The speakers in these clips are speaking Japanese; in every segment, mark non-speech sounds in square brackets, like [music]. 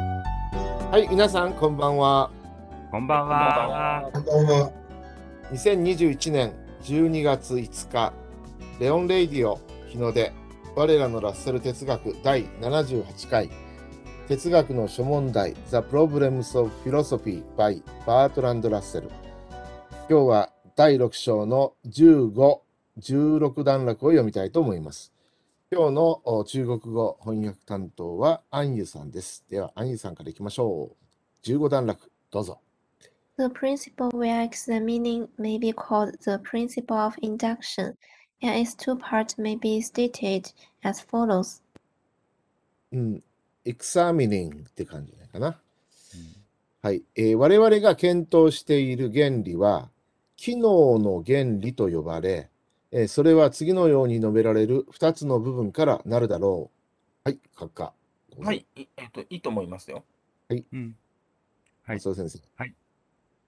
はい、皆さん、こんばんは。こんばんは。こんばんは。 2021年12月5日、レオン・レイディオ日の出、我らのラッセル哲学第78回、哲学の諸問題、The Problems of Philosophy by バートランド・ラッセル。今日は第6章の15、16段落を読みたいと思います。今日のお中国語翻訳担当はアンユさんです。では、アンユさんからいきましょう。15段落、どうぞ。 The principle we're examining may be called the principle of induction, and its two parts may be stated as follows. うん、examining って感じじゃないかな。はい、えー我々が検討している原理は、機能の原理と呼ばれ、えーそれは次のように述べられる2つの部分からなるだろう。はい、閣下。どうぞは。い、いえっと、いいと思いますよ。うん。はい松尾先生。はい。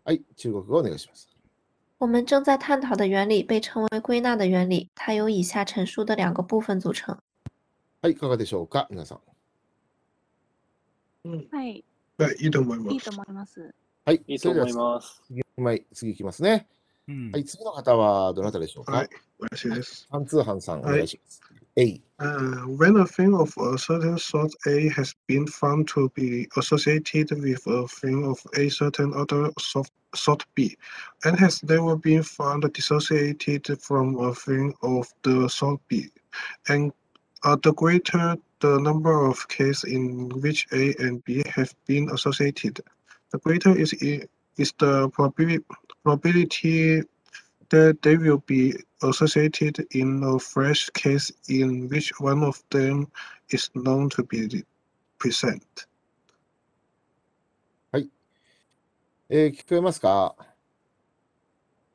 はい、中国語お願いします。我们正在探讨的原理被称为归纳的原理，它由以下陈述的两个部分组成。はい、いかがでしょうか、皆さん。うん、はい、はい、いいと思いまいいすと。思います。はい、いいと思いそれではます。次次いきますね。うんはい、次の方はどなたでしょうか。はい、私です。ハンツーハンさん、お願いします。えい。 Uh, when a thing of a certain sort A has been found to be associated with a thing of a certain other sof- sort B, and has never been found dissociated from a thing of the sort B, and uh, the greater the number of cases in which A and B have been associated, the greater is, i- is the probabi- probability that they will be associated in a fresh case in which one of them is known to be present. えー聞こえますか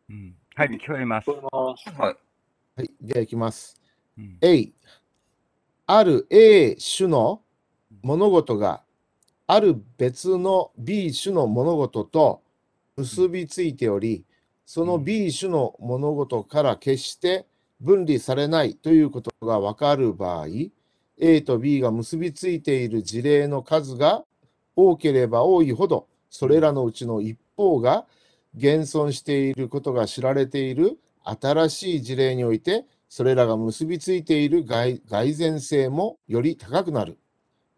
うんはい、聞こえます聞。こえます。はい、じゃあいきます。うん。 A ある A 種の物事がある別の B 種の物事と結びついており、その B 種の物事から決して分離されないということが分かる場合、A と B が結びついている事例の数が多ければ多いほど、それらのうちの一方が現存していることが知られている新しい事例において、それらが結びついている蓋蓋然性もより高くなる。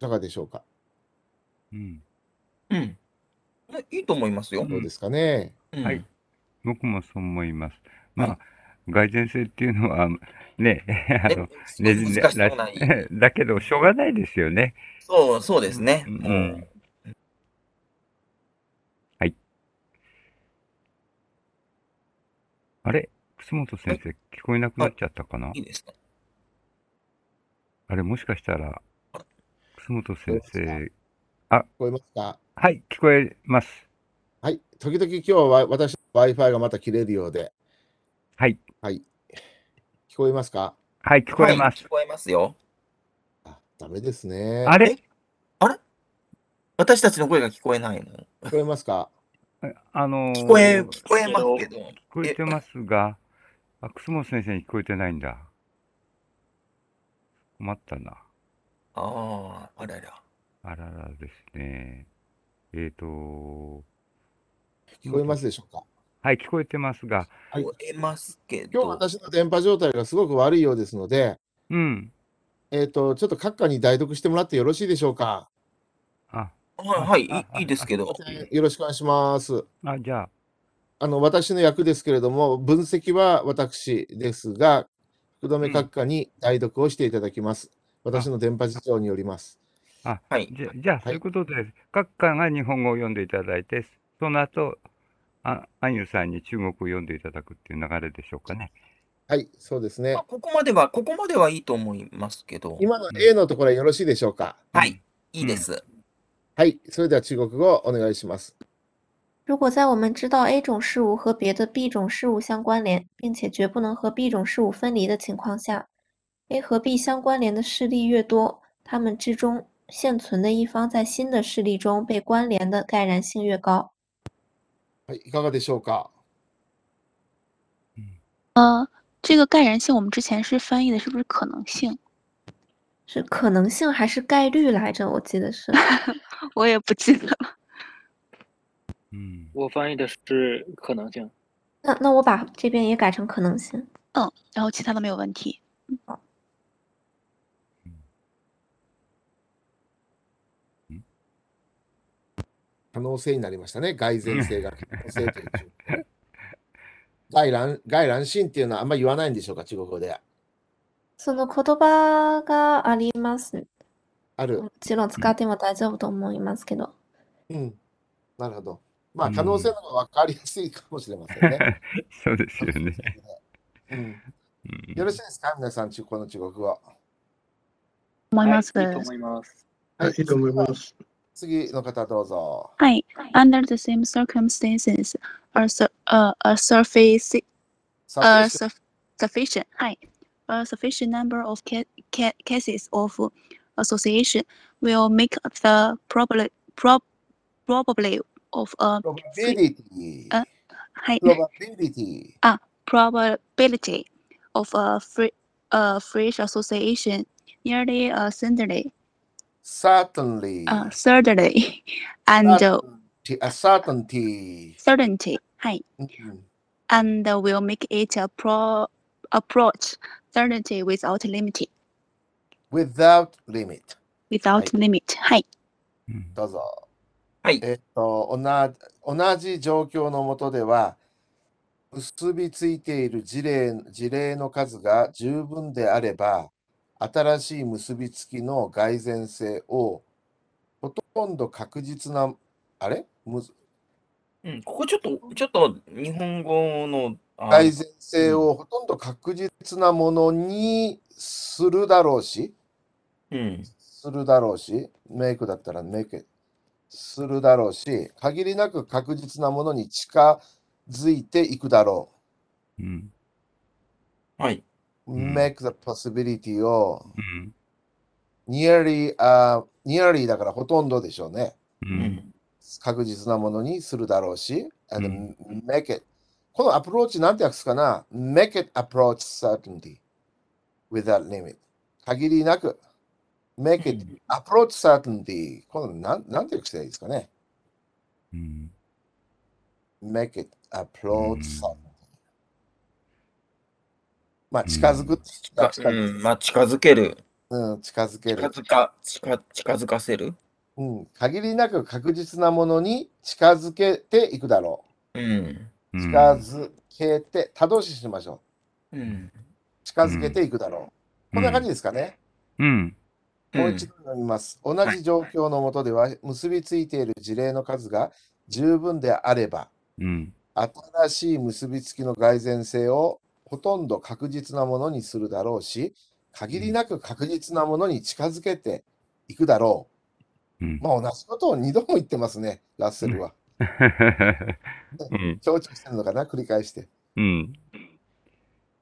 いかがでしょうかうん。うん。えいいと思いますよ。どうですかね、うんはい。僕もそう思います。まあ、外然性っていうのは、ね、あえの、すごい難しくない。ねだけど、しょうがないですよね。そう、そうですね。ううんん。あれ楠本先生、聞こえなくなっちゃったかないいですね。あれ、もしかしたら、楠本先どうで生、聞こえますかはい、聞こえます。はい。時々今日は私の Wi-Fi がまた切れるようで。はい。はい。聞こえますかはい、聞こえますはい聞。こえますよ。あ、ダメですね。あれ私たちの声が聞こえないの。聞こえますかあのー、聞こえ、聞こえますけど。聞こえてますが、あ、楠本先生に聞こえてないんだ。困ったな。ああ、あらら。あららですね。えっ、と、聞こえますでしょうかはい、聞こえてますが、はい聞こえますけ今日ど。私の電波状態がすごく悪いようですので、うん。えっ、と、ちょっと閣下に代読してもらってよろしいでしょうかあ、はい、はい、いいいいですけど。よろしくお願いします。あじゃあ、あの私の役ですけれども、分析は私ですが、福留閣下に代読をしていただきます。私の電波事情によります。はい。じゃじゃあ、そういうことで、各館が日本語を読んでいただいて、その後、あアンユさんに中国を読んでいただくっていう流れでしょうかね。はい、そうですねまあ。ここまでは、ここまではいいと思いますけど。今の A のところはよろしいでしょうか。はい、いいです。はい、それでは中国語お願いします。如果在我们知道 A 种事物和别的 B 种事物相关联，并且绝不能和 B 种事物分离的情况下，A 和 B 相关联的事例越多，它们之中现存的一方在新的事例中被关联的概然性越高。はい、いかがでしょうか。这个概然性我们之前是翻译的，是不是可能 [laughs] 性？ [laughs] 是可能性还是概率来着？我记得是我也不记得了。嗯，我翻译的是可能性。那那我把这边也改成可能性。嗯，然后其他的没有问题。可能性になりましたね。蓋然性が可能性 [laughs] という中国外乱外乱心っていうのはあんまり言わないんでしょうか、中国語で。その言葉があります。ある。もちろん使っても大丈夫と思いますけど。うん。なるほど。まあ、うん可能性の方が分かりやすいかもしれません [laughs] ね。そうですよね。うん、うんよろしいですか皆さん、中この中国語。思いはいまいす。いと思います。はい、いいと思います。次の方どうぞ。はい。Under the same circumstances, a su- a a surface さ a て suff- sufficient はい a sufficient number of ca- ca- cases of association will make the probably prob probably of a プロバビリティ。あはいプロバビリティ。 probability of a free a free association nearly a certainly certainly. uh, certainly [laughs] and uh, certainty. A certainty. certainty はいうん、 and will make it a pro approach certainty without limit without limit. without limit はいうんどうぞ。はいえっと、おな同じ状況の下では、結びついている事例事例の数が十分であれば、新しい結びつきの蓋然性をほとんど確実な、あれむずうん、ここちょっと、ちょっと日本語の、あ蓋然性をほとんど確実なものにするだろうし、うん、するだろうし、メイクだったらメイクするだろうし、限りなく確実なものに近づいていくだろうんはい、う。ん make the possibility をうん。 nearly,、uh, nearly だからほとんどでしょうね。う。うんん、確実なものにするだろうし、and う make it。このアプローチなんて訳すかな ?make it approach certainty without limit。限りなく。make it approach certainty。このなんなんて訳したらいいですかねうん。 make it approach うん something. まあ、近づくって言ったら近うづん、まあ、近づける、うん、近づけ近る、づか、近近づかせる、うん。限りなく確実なものに近づけていくだろうん、うう。ん近づけて、多動詞しましょうん、う。近づけていくだろう。こんな感じですかね。うん。もう一度読みます。同じ状況のもとでは、結びついている事例の数が十分であれば、うん。新しい結びつきの蓋然性をほとんど確実なものにするだろうし、限りなく確実なものに近づけていくだろうう。ん。まあ、同じことを2度も言ってますね、ラッセルは。 [laughs] うん。強調してるのかな、繰り返して。うん。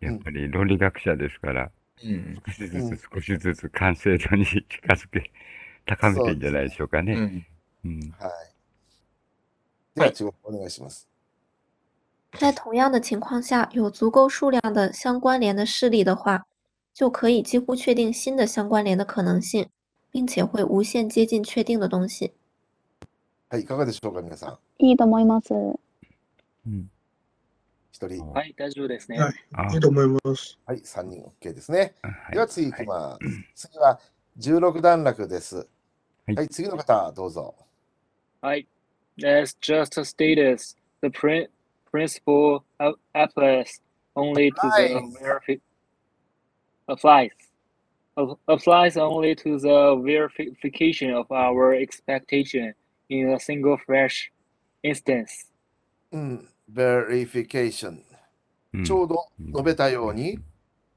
やっぱり論理学者ですから、うん、少しずつ少しずつ完成度に近づけ、高めてんじゃないでしょうかうね。ん、うん。はい。では、はい中国お願いします。在同样的情况下，有足够数量的相关联的事例的话，就可以几乎确定新的相关联的可能性，并且会无限接近确定的东西。はい、いかがでしょうか、皆さん。いいと思います。うん。一人、はい、大丈夫ですね。はいあ、いいと思います。はい、3人 OK ですね。はいでは、次行きます。次は、16段落です。はいはい、次の方、どうぞ。はい。As just stated, the prin principle a- applies only to the Applies. verifi applies a- applies only to the verification of our expectation in a single fresh instance. うん、verification。うんちょうど述べたように、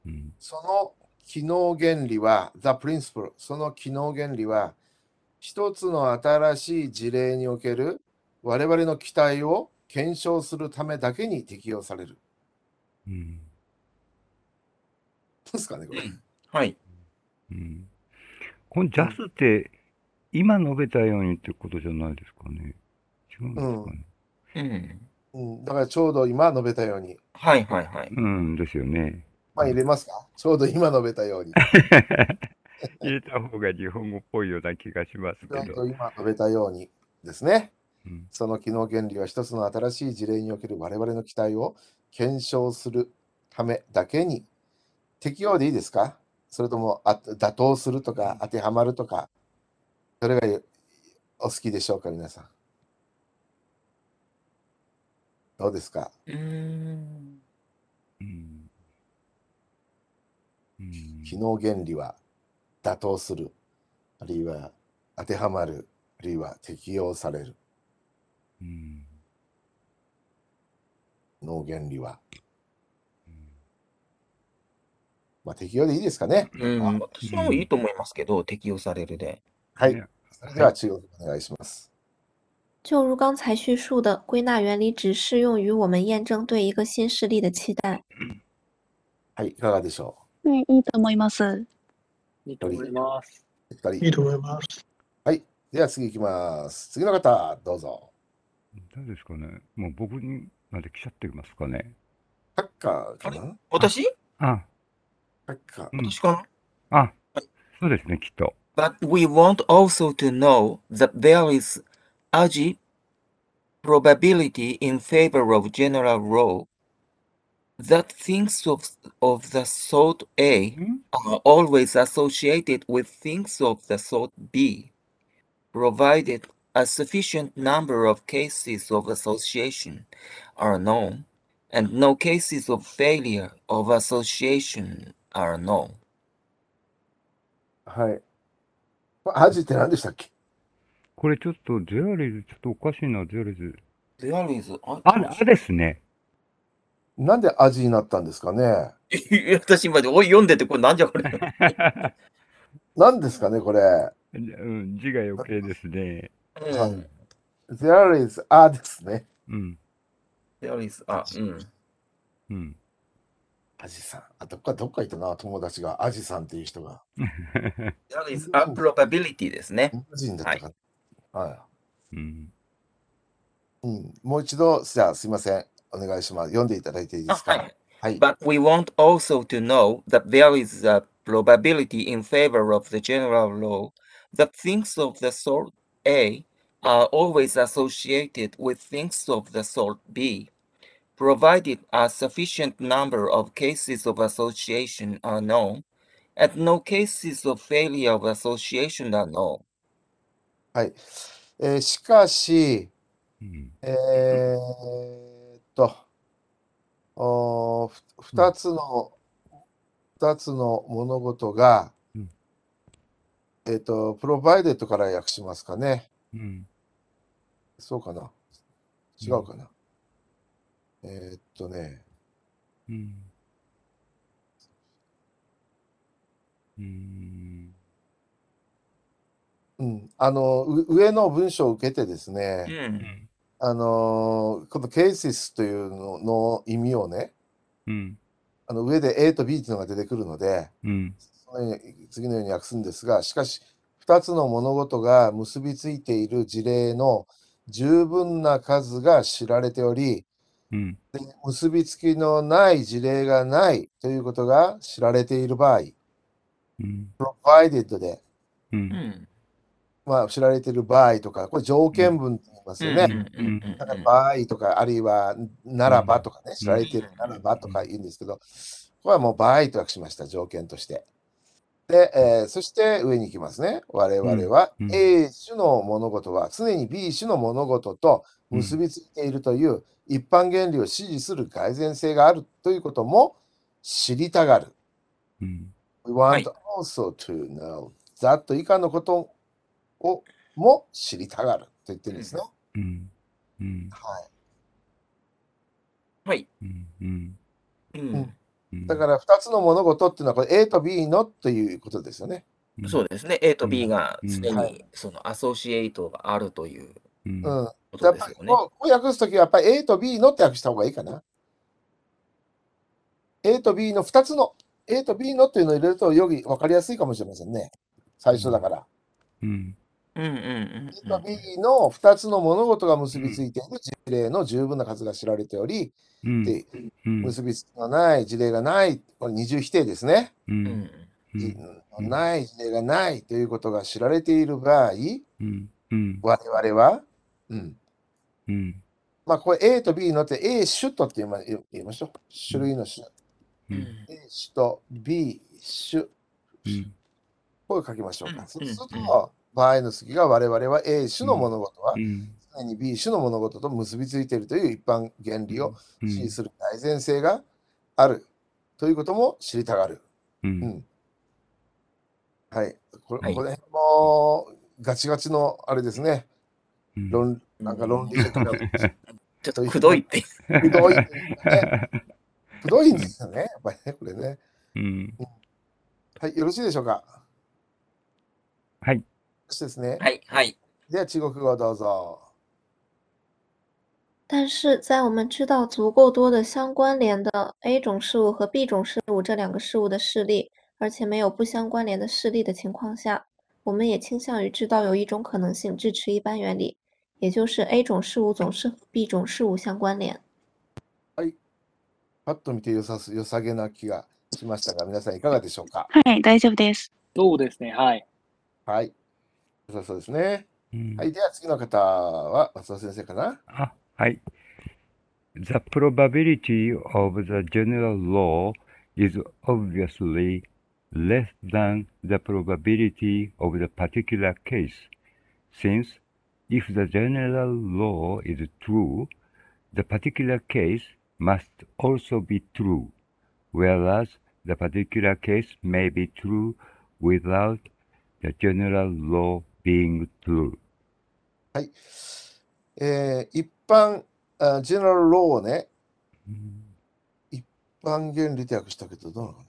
うん。その機能原理は、the principle、その機能原理は、一つの新しい事例における我々の期待を検証するためだけに適用される。うん。ですかね、これ。はい、うん。このジャスって、今述べたようにってことじゃないですかね。違うんですかね。うん、うん、だからちょうど今述べたように。はい、はい、はい、うん、ですよね。まあ入れますかちょうど今述べたように。入れた方が日本語っぽいような気がしますちょけうど。ど今述べたようにですね。うんその機能原理は一つの新しい事例における我々の期待を検証するためだけに適用でいいですかそれともあ妥当するとか当てはまるとかどれがよお好きでしょうか皆さんどうですかうーん。うんうん機能原理は妥当するあるいは当てはまるあるいは適用されるうん機能原理は、まあ、適用でいいですかねうん、私はもういいと思いますけど、適用されるで。はいねそれでは中国お願いします就如刚才叙述的，归纳原理只适用于我们验证对一个新事例的期待。はいいかがでしょはい、いいと思います。いいと思います。うお二いい人と思います。では次いきます次の方どうぞ誰ですかねもう僕にまで来ちゃってますかねタッカーかな私あ、タッカーうん私かなあ、そうですね、きっと。 But we want also to know that there is a probability in favor of general rule that things of, of the sort A ん are uh, always associated with things of the sort B, provided a sufficient number of cases of association are known and no cases of failure of association are known. はい。これアジって何でしたっけこれちょっと、ゼアリズ、ちょっとおかしいな、ゼアリズ。 There is a- あ、 [laughs] あですね。なんでアジになったんですかねいや私今でおい読んでてこれなんじゃこれ何ですかねこれ。うん字が余計ですね。うん。 There is a ですね。うん、 There is a うん。うん。アジさん。あ、どっかどっか行ったな、友達が。アジさんっていう人が。 There is a probability ですね日。本人だったかな。はい。うん、うん、もう一度、じゃあすいません。お願いします。読んでいただいていいですか。あはい。はい。 But we want also to know that there is a probability in favor of the general law that things of the sort A are always associated with things of the sort B, provided a sufficient number of cases of association are known and no cases of failure of association are known. はいえーしかし、うん、えーっと、おーふ二つの、二つの物事がうん、えーっと、プロバイデットから訳しますかね。うん、そうかな。違うかな。えーっとね、うん。うん、うん、あの、う上の文章を受けてですう。ね、うんん、あのー、このケーシスというのの意味をね、うん、あの上で A と B っていうのが出てくるので、うん、そのように次のように訳すんですが、しかし、2つの物事が結びついている事例の十分な数が知られており、うん、で結びつきのない事例がないということが知られている場合、うん、プロバイデッドで、う、うんん。まあ、知られている場合とか、これ条件文と言いますよね。うんうんうんだから場合とか、あるいはならばとかね、知られているならばとか言うんですけど、ここはもう場合と訳しました、条件として。で、えーそして上に行きますね。我々はうんうん A 種の物事は常に B 種の物事と結びついているという一般原理を支持する蓋然性があるということも知りたがる。うん、 We は want い also to know that 以下のことをも知りたがると言ってるんですね。うん、うん、はい。はい。うん、うん、うん。うんだから2つの物事っていうのはこれ A と B のということですよね。そうですね。A と B うんがうん常はにそのアソシエイトがあるといううん、うん。こやとっでぱすりよね。こうこう訳すときはやっぱり A と B のって訳した方がいいかな。A と B の2つの A と B のっていうのを入れるとより分かりやすいかもしれませんね。最初だから。うん、うんうんうん A と B の2つの物事が結びついている事例の十分な数が知られており、うん、でうん、結びつきのない事例がない、これ二重否定ですね。う、うんうんんうん、うんない事例がないということが知られている場合、うん、うん、我々は、うん、うん。まあ、これ A と B のって A 種とって言いま言いましょう。種類の種。うん。 A 種と B 種。うん。これ書きましょうか。うんそうするうんと、場合の次が我々は A 種の物事はうん。常に B 種の物事と結びついているという一般原理をう支持ん。する大前性があるということも知りたがる。うん。はい。これ、はいこの辺もガチガチのあれですね。うん論なんか論理的 [laughs] な。ちょっとくどいって。くどい、ね。くどいんですよね。やっぱりね、これね。うん。はい、よろしいでしょうか。はいよろしいですね。はい、はい。では、中国語をどうぞ。但是在我们知道足够多的相关联的 A 种事物和 B 种事物这两个事物的事例，而且没有不相关联的事例的情况下，我们也倾向于知道有一种可能性支持一般原理，也就是 A 种事物总是和 B 种事物相关联。パッと見て良さす良さげな気がしましたが、皆さんいかがでしょうか。はい、大丈夫です。そうですね。はい。はい。良さそうですね。うんはい、では次の方は松尾先生かな。あ、はい。The probability of the general law is obviously less than the probability of the particular case, since if the general law is true, the particular case must also be true, whereas the particular case may be true without the general law being true. えー一般、ジェネラルローをね、一般原理って訳したけど、どうなのかな。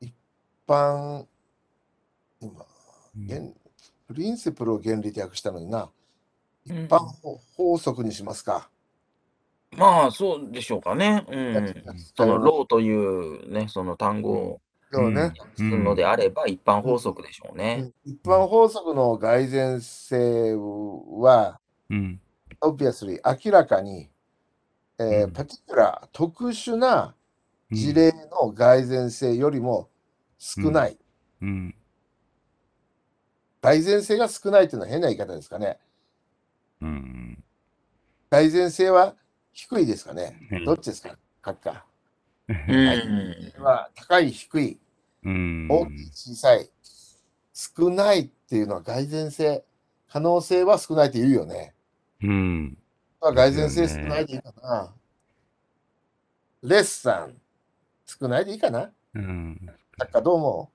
一般、今、原 Mm. プリンシプルを原理で訳したのにな。一般法,、法則にしますか。まあ、そうでしょうかね。う。うんその、ローというね、その単語をうね、訳するのであれば、一般法則でしょうね。一般法則の蓋然性は、うん。 obviously、明らかに、えーうんパティキュラー、特殊なうん事例の蓋然性よりも少ない。うん。蓋然性が少ないというのは変な言い方ですかね。うん。蓋然性は低いですかね。うんどっちですか書くか。うん。は高い、低い。うん。大きい、小さい、少ないっていうのは蓋然性、可能性は少ないって言うよね。うん。まあ、蓋然で性す少よねないでいいかな。レッサン、少ないでいいかな。うん。なんかどうも、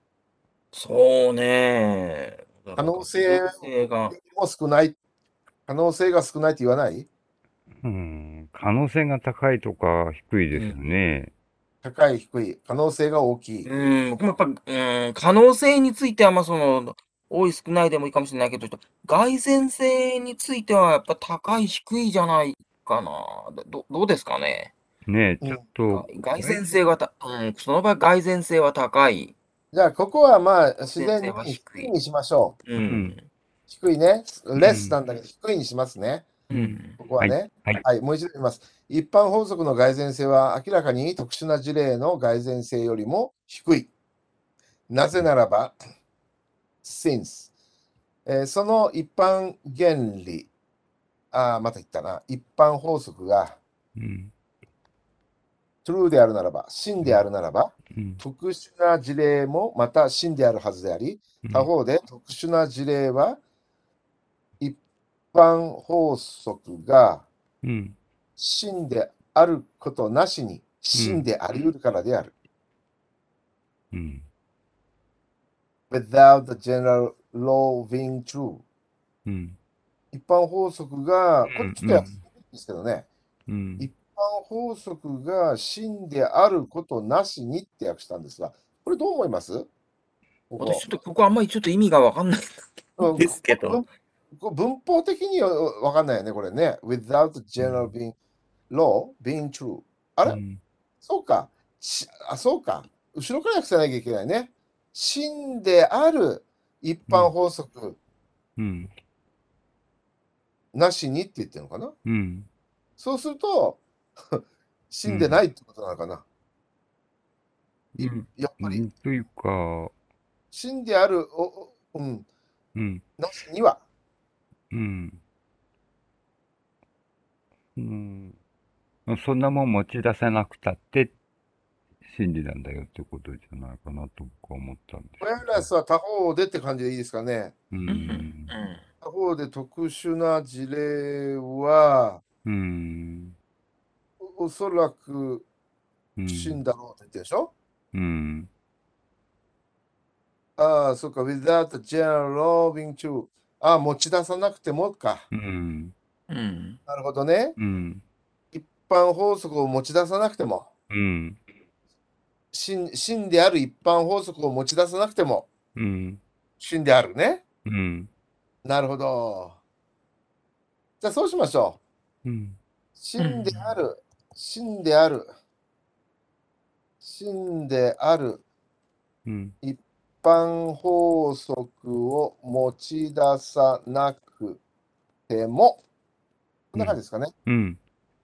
そうね。可能性可能性が。もう少ない、可能性が少ないって言わないうん。可能性が高いとか低いですよね。高い、低い、可能性が大きい。うん、僕もやっぱ、うん、可能性については、まあ、その、多い少ないでもいいかもしれないけど、ちょっと蓋然性については、やっぱ高い低いじゃないかな。ど、どうですかね。ねえ、うんちょっと。蓋然性がた、うん、その場合、蓋然性は高い。じゃあ、ここはまあ、自然蓋然性はに低い低いにしましょう。ううんん。低いね。レッサンだけど低いにしますね。うん。ここはね、ははいい、もう一度言います。一般法則の蓋然性は明らかに特殊な事例の蓋然性よりも低い。なぜならば、since、えーその一般原理、あーまた言ったな、一般法則がうん。 true であるならば、真であるならば、うん。特殊な事例もまた真であるはずであり、他方で特殊な事例は一般法則がうん。真であることなしに真であり得るからである。うん。 without the general law being true。うん。一般法則が、んこれちょっとやってるんですけどね、うん。一般法則が真であることなしにって訳したんですが、これどう思いますここ私、ちょっとここあんまりちょっと意味がわかんないうんんですけ文ど。こ文法的にはわかんないよね、これね。without the general being law being true。あれ、そうか。しあ、そうか。後ろから訳さなきゃいけないね。真である一般法則うん。なしにって言ってるのかな、うん。そうすると、 [laughs] 真でないってことなのかな、うん。やっぱり、というか、真であるお、おうん、うん。なしには、うん。うん、そんなもん持ち出さなくたって真理なんだよってことじゃないかなと僕は思ったんですけトどライアルラスは他方でって感じでいいですかね。うん。うん他方で特殊な事例は、うん。おおそらくうん。死んだろうって言ってるでしょ、うん。ああ、そっか、without general loving to。ああ、持ち出さなくてもか。うん。うんなるほどね。うん。一般法則を持ち出さなくても、うん。真真である一般法則を持ち出さなくても、うん。真であるね。うん。なるほど。じゃあそうしましょう。うん。真である、真である、真であるうん。一般法則を持ち出さなくても、こんな感じですかね。うん。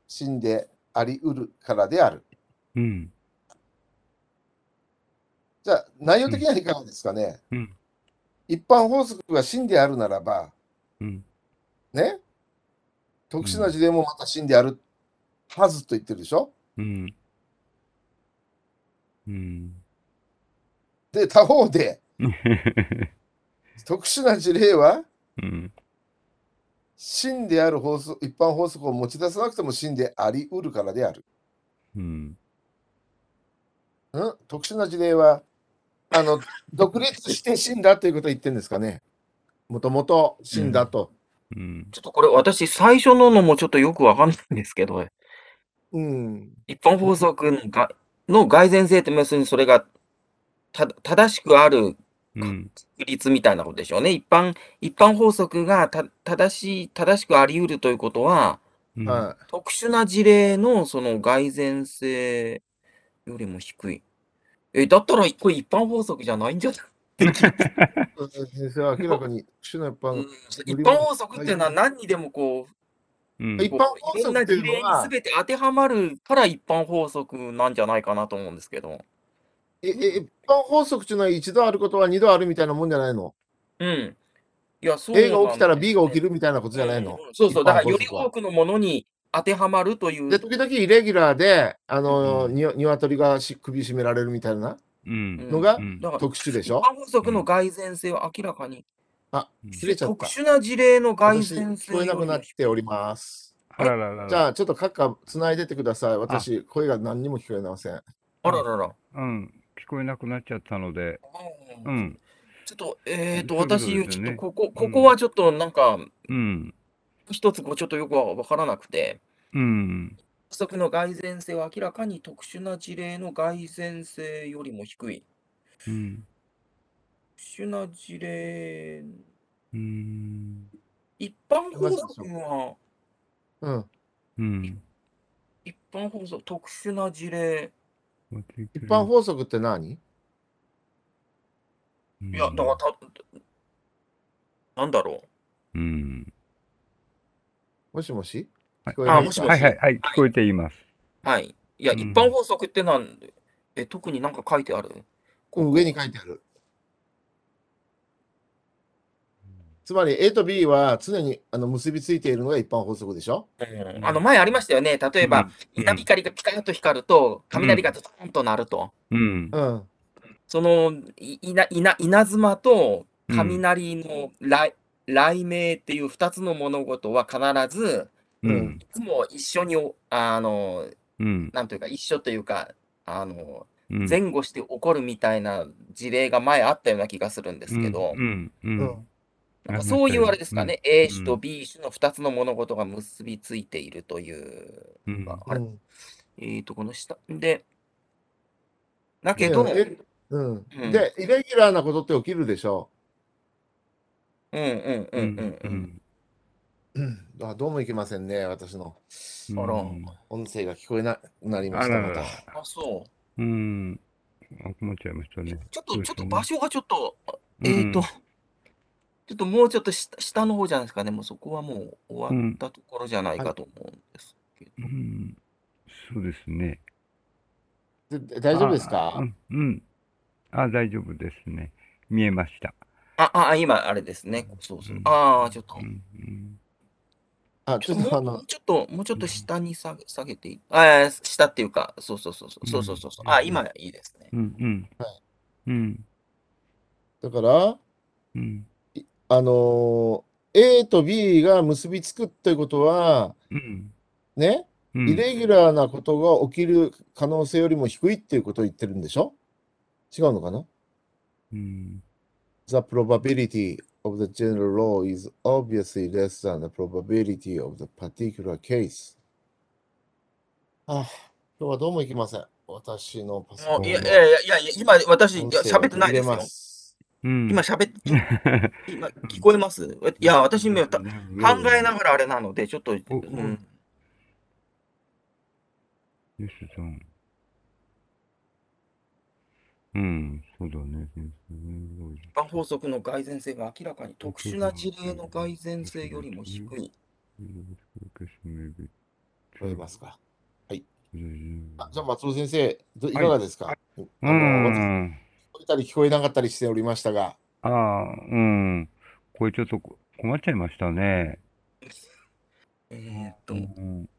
真であり得るからである。うん。じゃあ、内容的にはいかがですかね。うん一般法則が真であるならば、うん。ね、特殊な事例もまた真であるはずと言ってるでしょ。うん。うん。で、他方で、特殊な事例は、うん。真である法則一般法則を持ち出さなくても真であり得るからである。うん。うん、特殊な事例は、あの、独立して死んだということを言ってるんですかね。もともと死んだと。うん。ちょっとこれ私最初ののもちょっとよくわかんないんですけど、うん。一般法則のがの蓋然性って別にそれがた正しくあるうん。確率みたいなことでしょうね。一般一般法則がた正しい正しくあり得るということは、は特殊な事例のその蓋然性よりも低い。え、だったらこれ一般法則じゃないんじゃないい。先生は明らかに特殊な一般、うん一般法則っていうのは何にでもこう、うん。一般こう法いろ則んなってい事うの例には全て当てはまるから一般法則なんじゃないかなと思うんですけど。ええ一般法則っていうのは一度あることは二度あるみたいなもんじゃないの。うん。いや、そう A が起きたら B が起きるるみたいなことじゃないの。そうそ一般う、だからよ法り則は多くのものに当てはまるという。で、時々イレギュラーで、あの、うんに鶏がし首絞められるみたいなうん。のがうんだから特殊でしょ一。般法則の蓋然性は明らかに、あ、切れちゃっ特た。殊な事例の蓋私、然聞性よこえりなもくなっております。あらららら。じゃあ、ちょっとカッカつないでってください。私、声が何にも聞こえません。あららら。うん。聞こえなくなっちゃったので。ううんん。ちょっと、えっと、そういうことで私、すちよょっねと、ここ、うこんこはちょっと、なんか、うん。一つ、こう、ちょっとよくわからなくて、うん。不足の蓋然性は明らかに特殊な事例の蓋然性よりも低い。うん。特殊な事例、うん。一般法則は、うん。うん。一般法則、特殊な事例。一般法則って何いや、だからた、なんだろうん。もしもしは聞いこえあますもしかもはしいはいはい、聞こえています。う。はい。いや、うん一般法則ってなんで、え、特になんか書いてあるうん上に書いてある。つまり A と B は常にあの結びついているのが一般法則でしょうんあの、前ありましたよね。例えば、うん稲光がピカッと光ると、雷がドトーンと鳴ると。うんう。ん。その、い稲稲稲妻とうん雷の雷,、雷鳴っていう2つの物事は必ず、うん。うんいつも一緒にお、あの、うん。なんというか、一緒というか、あの、うん。前後して起こるみたいな事例が前あったような気がするんですけど、うん。ううんん。。ありまなんかしたよそういうあれですかね、A 種うとん B 種の2つの物事が結びついているという、うんまあうあれん。えーと、この下で、だけでど、えうんうんで、イレギュラーなことって起きるでしょうんうんうんうんうん。うんあどうもいけませんね、私のうん。あら音声が聞こえなくなりまあした、らまらた。。あ、そう。うん。困っちゃいましたね。ちょそっと、うでちすよょっとね場所がちょっと、えっと、ちょっともうちょっと下下の方じゃないですかね、もうそこはもう終わったところじゃないかと思うんですけど。うん。そうですね。でで大丈夫ですかあうん。うん。あ、大丈夫ですね。見えました。あ、あ、今、あれですね。そうそう。ああ、ちょっとう。んうんあ、ちちょょっっととあもうものう、ちょっと、もうちょっうんと下に下げ下げていいああ、下っていうか、そうそうそうそう、そうそうそうそう。あ、うん今いいですね。うんうんはうんだから、うんあのー A と B が結びつくということは、うんね、うんイレギュラーなことが起きる可能性よりも低いっていうことを言ってるんでしょ違うのかなうん。 The probability of the general law is obviously less than the probability of the particular case. ああ、今日はどうもいきません。私のパソコンもういやいのやいやいや、いや今私、い音や声を喋ってないです入れよま。すうん今喋って、今聞こえますいや、私今た考えながらあれなので、ちょっと、うおん、ですさん。うん、そうだね。先生一般法則の蓋然性が明らかに特殊な事例の蓋然性よりも低い。聞こえますかうんあじゃあ松尾先生、どいいかがですか、あうの私聞ん。こえたり聞こえなかったりしておりましたが、ああ、うん。これちょっと困っちゃいましたね。えーっとう、ん。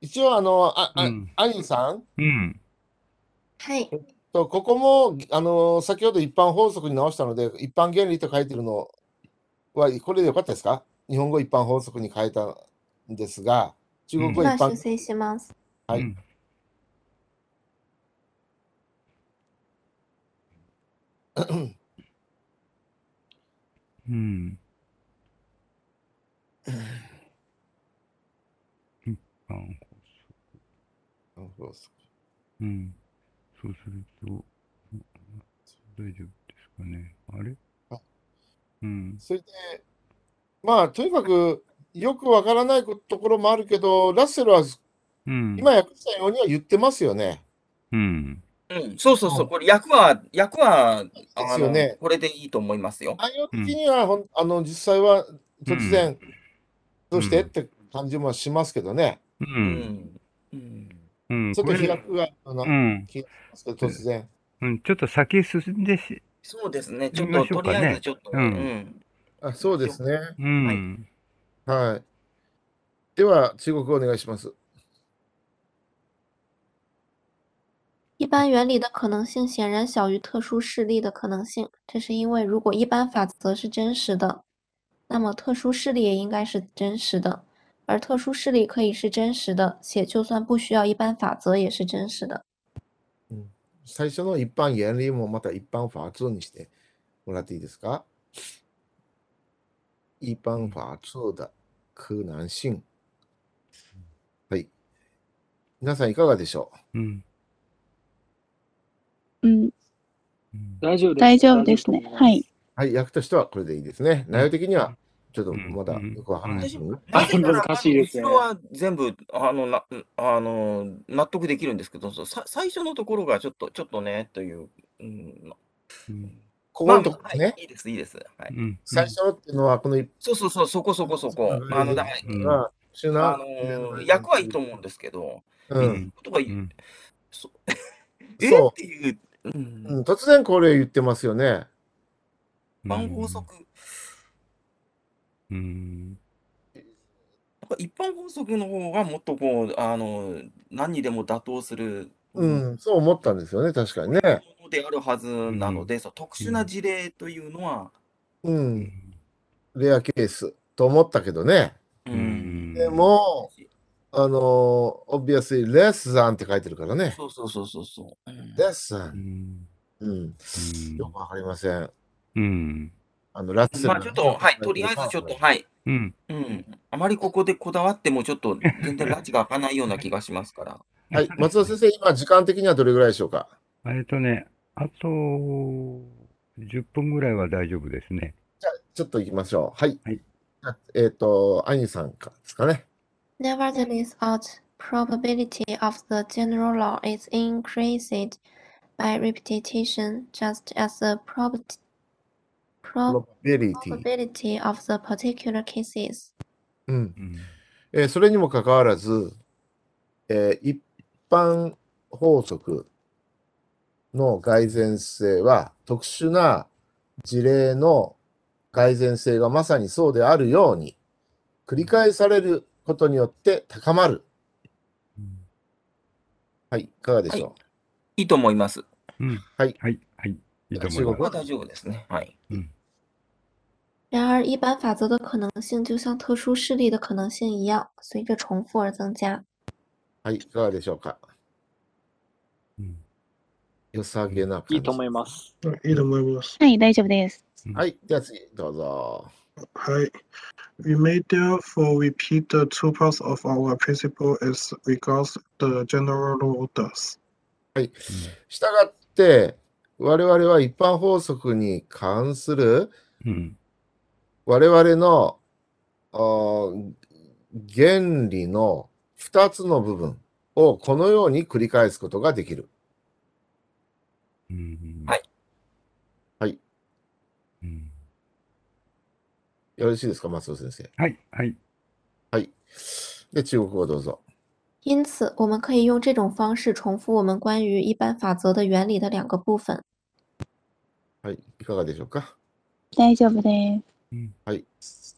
一応あの、あ、あうんアリンさんうん。はい。と、ここも、あの、先ほど一般法則に直したので、一般原理と書いてるのは、これでよかったですか日本語一般法則に変えたんですが、中国語一今般、修正します。はいうんうん。一般法則。法則うん。そうすると、大丈夫ですかね。あれあうん。それで、まあ、とにかく、よくわからないこところもあるけど、ラッセルはうん。今訳したようには言ってますよね。うん。うん、そうそうそうう、んこれ役は、役は、であすよの、ねこれでいいと思いますよ。内容的にはほん、あの、実際は突然、うんどうしてって感じもしますけどね。う。うんん。うんうん。ちょっことれ飛躍があるようう。なん気がしますけど、突然。うん。ちょっと先へ進んでし、そうですね。ち行ょきまっと、しょうとかねりあえずちょっと、うんうん。あ、そうですね。うん。はいはい。では、中国語お願いします。一般原理的可能性显然小于特殊事例的可能性，这是因为如果一般法则是真实的，那么特殊事例也应该是真实的，而特殊事例可以是真实的，且就算不需要一般法则也是真实的。最初の一般原理もまた一般法通にしてもらっていいですか一般法通的可能性。はい。皆さんいかがでしょうん。うん、うん大丈夫です。大丈夫ですね。はい。うはい。役としてはこれでいいですね。内容的にはちょっとうんまだよくわからないですね。なぜなら難しいですね後ろは全部、あの、な、あの、納得できるんですけど、そうさ、最初のところがちょっと、ちょっとね、という。うん、うん。ここまあ、のとこはろね、い、いいです、いいです。はい。うん。最初のっていうのはこの一そうそうそう、そこそこそこ。あの、だから、うんが特殊な、あの、役はいいと思うんですけど、ううんん。ことが、うん。そえっそていう、うんう。うん突然これ言ってますよね。一般法則、うん。なんか一般法則の方がもっとこう、あの、何にでも妥当する、うん、そう思ったんですよね、確かにね。ものであるはずなので、そう特殊な事例というのは、うん、レアケースと思ったけどね。う、うんん。で、も、あのー、obviously less than って書いてるからね。そうそうそうそうそう、うん、 less than。うん。うん。うんよくわかりません。うん。あの、ラッセルまがあちょっと、はい、とりあえずちょっと、はい、うん。うん、あまりここでこだわってもちょっと全然拉致が開かないような気がしますから、はい、松尾先生、今、時間的にはどれぐらいでしょうかえっとね、あと、10分ぐらいは大丈夫ですね。じゃあ、ちょっと行きましょう。はい。はいじゃあえっ、と、アニさんかですかね。 Nevertheless, out probability of the general law is increased by repetition, just as the prob prob probability。 probability of the particular cases. うん。うん。えーそれにもかかわらず、えー一般法則の蓋然性は特殊な事例の蓋然性がまさにそうであるように繰り返されることによって高まる。はい、いかがでしょいいと思います。はい、はい、いいと思中国います。これは大丈夫ですね。はい。然而，一般法则的可能性就像特殊事例的可能性一样，随着重复而增加。うはい、いかがでしょうかうん良さげな感じ。いいと思います。いいと思います。はい、大丈夫です。はい、では次、どうぞ。 Hi. We may therefore repeat the two parts of our principle as regards the general law thus. したがって、我々は一般法則に関するうん我々のあー原理の2つの部分をこのように繰り返すことができる。うんはいはい。うんよろしいですか、松尾先生。はい、はい。はい。で、中国語どうぞ。因此，我们可以用这种方式重复我们关于一般法则的原理的两个部分。はい。いかがでしょうか。大丈夫です。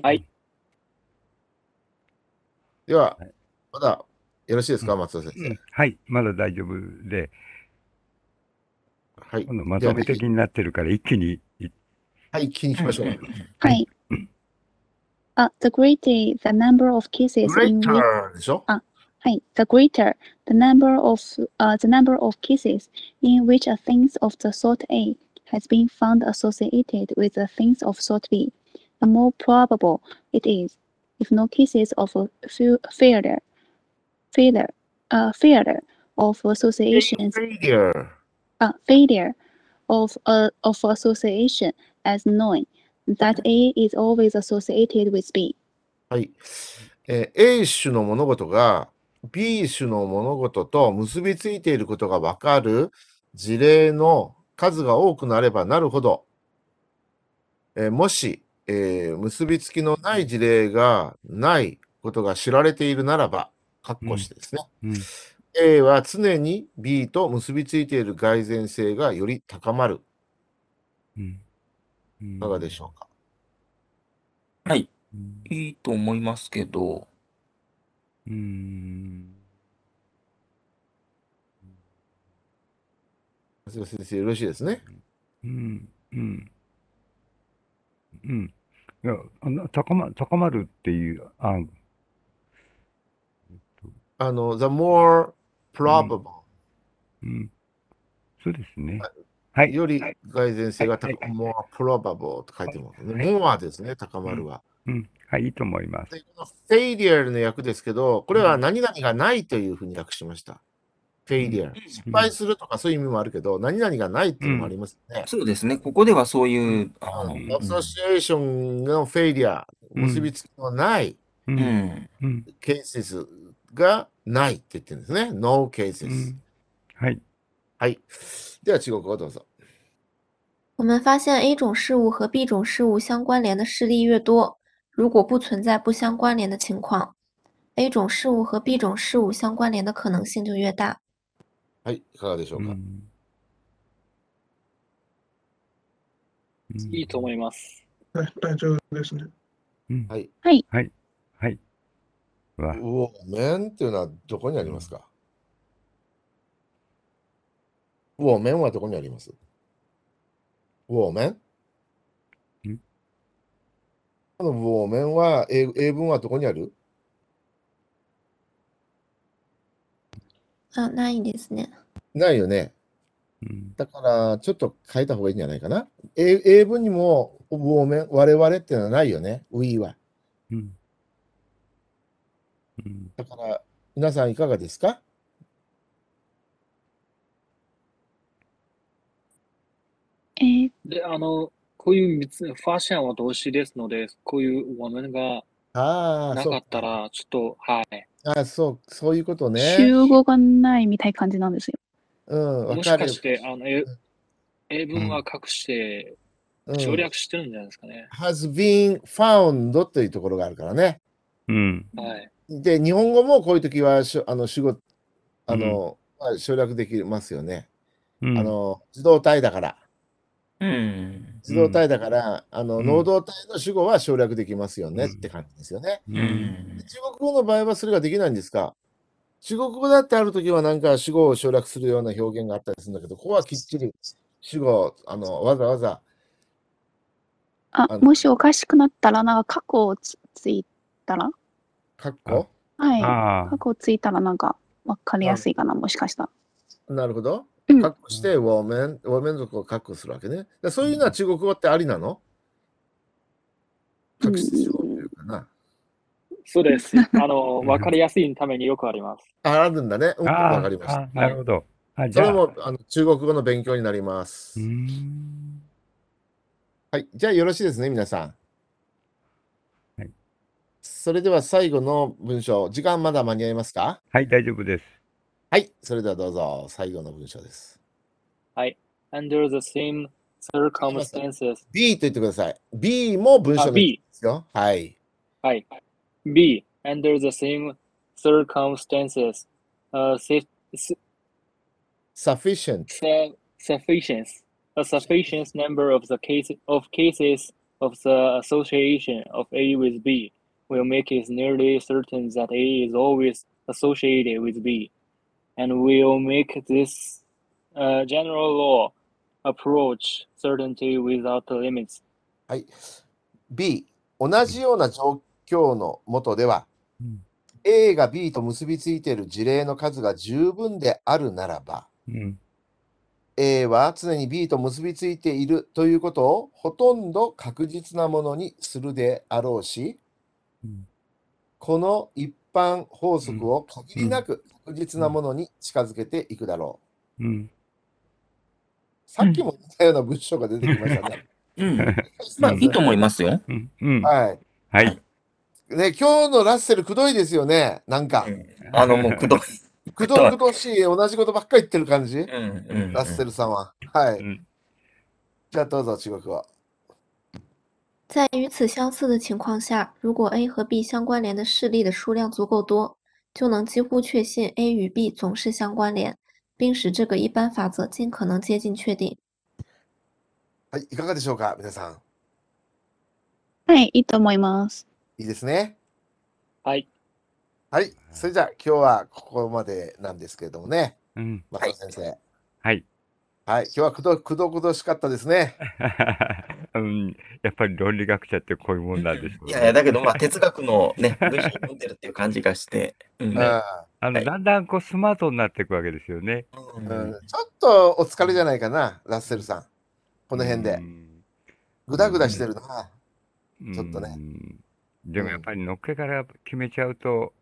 はい。でははい、まだよろしいですか、松尾先う生ん。はい、まだ大丈夫で、はい今。度まとめ的じゃになってるから一気にいあはい、一気に行きましょう。はい。あ、the Uh, greater the number of cases in which Greater でしょ。 Hi, the greater the number of uh, the number of cases in which a thing of the sort A has been found associated with a thing of sort B, the more probable it is, if no cases of a fail- failure, failure, uh, failure of associations, Failure。 uh, failure of uh, of association as knowing that A is always associated with B. はい。えー A 種の物事が B 種の物事と結びついていることがわかる事例の数が多くなればなるほど、えーもし、えー結びつきのない事例がないことが知られているならば、括弧してですね、うん A は常に B と結びついている蓋然性がより高まる。いかがでしょうか。はい。うんいいと思いますけど、うん長谷川先生、よろしいですね。うんうんうんいやあの高ま高まるっていうああの、the more probable、うんそうですねはいより蓋然性が高はいはいまる、more probable と書いてますね。はい more ですね、高まるは。うんはいいいと思いますで、この failure の訳ですけど、これは何々がないというふうに訳しました。failure。失敗するとかそういう意味もあるけど、何々がないっていうのもありますね。そうですね。ここではそういう、ああの、のうん association の failure、うん結びつきのないうんうん。うんケー s がないって言ってるんですね。no cases、うんはいはい。では、中国語どうぞ。我们发现 A 种事物和 B 种事物相关联的事例越多，如果不存在不相关联的情况，A 种事物和 B 种事物相关联的可能性就越大。はい、いかがでしょうか。うんいいと思います。大大丈夫ですね。うんはい。はいはウォーメンっていうのはどこにありますか、ウォーメンはどこにありますウォーメンんこのウォーメンは英英文はどこにある啊，那いいですね。ないよね。うんだからちょっと変えた方がいいんじゃないかな。英英文にもウォーメン、我々っていうのはないよね。we は。うんうんだから皆さんいかがですかえーで、あの、こういうみつファッションは動詞ですので、こういう我々がああ、なそかうったら、ちょっと、はい。あーそう、そういうことね。集合がないみたいな感じなんですよ。うん、わかもしるかよ。して、あの、えうん英文は隠しうて、ん省略してるんじゃないですかね。 has been found というところがあるからね。うんはい。で、日本語もこういう時はしょあの主語あの、まあ省略できますよね。うんあの自動体だから。うん。受動体だから、あの、うん能動体の主語は省略できますよねって感じですよね。ううんん。中国語の場合はそれができないんですか中国語だってあるときはなんか主語を省略するような表現があったりするんだけど、ここはきっちり主語をあのわざわざあ、あのもしおかしくなったら、なんか過去をつついたら、括弧はい。あ過去をついたら、なんかわかりやすいかな、もしかしたら。なるほど。うん括弧して、ウォーメン、ウォーメン族を括弧するわけね。でそういうのは中国語ってありなのうん隠して主語っていうかな。そう [laughs] です。あの、わかりやすいためによくあります。ああるんだね。うん、あ。あわあかりました。あなるほど。あ、じそゃれあ。もあの中国語の勉強になりますうー。ん。はい。じゃあよろしいですね、皆さん。はいそれでは最後の文章、時間まだ間に合いますかはい、大丈夫です。はい。それではどうぞ、最後の文章です。 Under the same circumstances. B と言ってください。B も文章あ、の一 B つ。ですよ。はい。はい。B. Under the same circumstances, a su- su- sufficient su- sufficient, a sufficient number of the case of cases of the association of A with B will make it nearly certain that A is always associated with B, and will make this uh, general law approach certainty without limits. はい。B、同じような状況の下では、うん A が B と結びついている事例の数が十分であるならば、うん。 A は常に B と結びついているということをほとんど確実なものにするであろうし、うんこの一般法則を限りなく確実なものに近づけていくだろう。うん。さっきも似たような文章が出てきましたね。うん。ままああ、いいと思いますよ。うん。うん。はい。はい。ね、今日のラッセルくどいですよね。なんかう、んあの、もう、くどい。くどくどしい、同じことばっかり言ってる感じ。うんうん。ラッセルさんは。はうい。ん。じゃあどうぞ、中国語。在与此相似的情况下，如果 A 和 B 相关联的事例的数量足够多，就能几乎确信 A 与 B 总是相关联，并使这个一般法则尽可能接近确定。はい、いかがでしょうか、皆さん。はい、いいと思います。いいですね。はい。はい。それじゃあ、今日はここまでなんですけれどもね、 [laughs] うん。松尾先生。はい、はい。 [laughs] 今日はくどくどくどしかったですね。うん。やっぱり論理学者ってこういうもんなんですよいやいや、だけど、まあ、哲学の [laughs] ね、文章を読んでるっていう感じがして。うん。うんあの、だんだんこうスマートになっていくわけですよね。うんうんちょっとお疲れじゃないかな、ラッセルさん。この辺うで。ん。ぐだぐだしてるな。ちちょっとね。でもやっぱりのっけから決めちゃうと、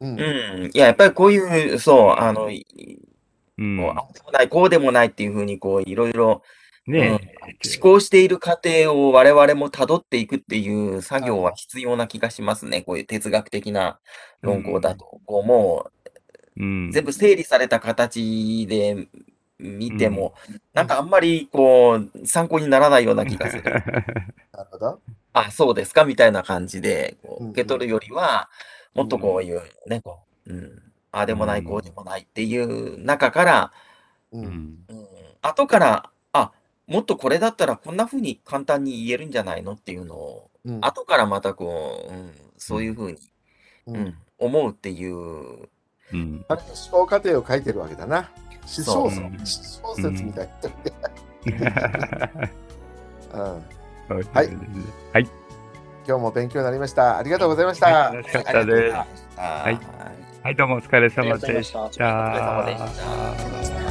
うん。うん、いや、やっぱりこういう、そう、あの、いうん。こうああでもない、こうでもないっていうふうに、こう、いろいろねえ。思考している過程を我々も辿っていくっていう作業は必要な気がしますね。こういう哲学的な論考だと。こう、もうんう、。全部整理された形で見ても、なんかあんまり、こう、参考にならないような気がする。なるほど。あ、そうですかみたいな感じで、こうんううん受け取るよりは、もっとこういうね、こう、うん、あ、でもなうい、んこうでもないっていう中から、う。[laughs] うんん。うん、後から、あ、もっとこれだったらこんな風に簡単に言えるんじゃないのっていうのを、うん。後からまたこう、うん、そういう風に、うんうん、思うっていう、うん。あれの思考過程を書いてるわけだな。思そう想説思想説みたいな。うん。はい。 [laughs] はい。今日も勉強になりました。ありがとうございました。楽しかったです。ありがとうございましたはいどうもお疲れ様ありがとうございでまししたた。お疲れ様でした。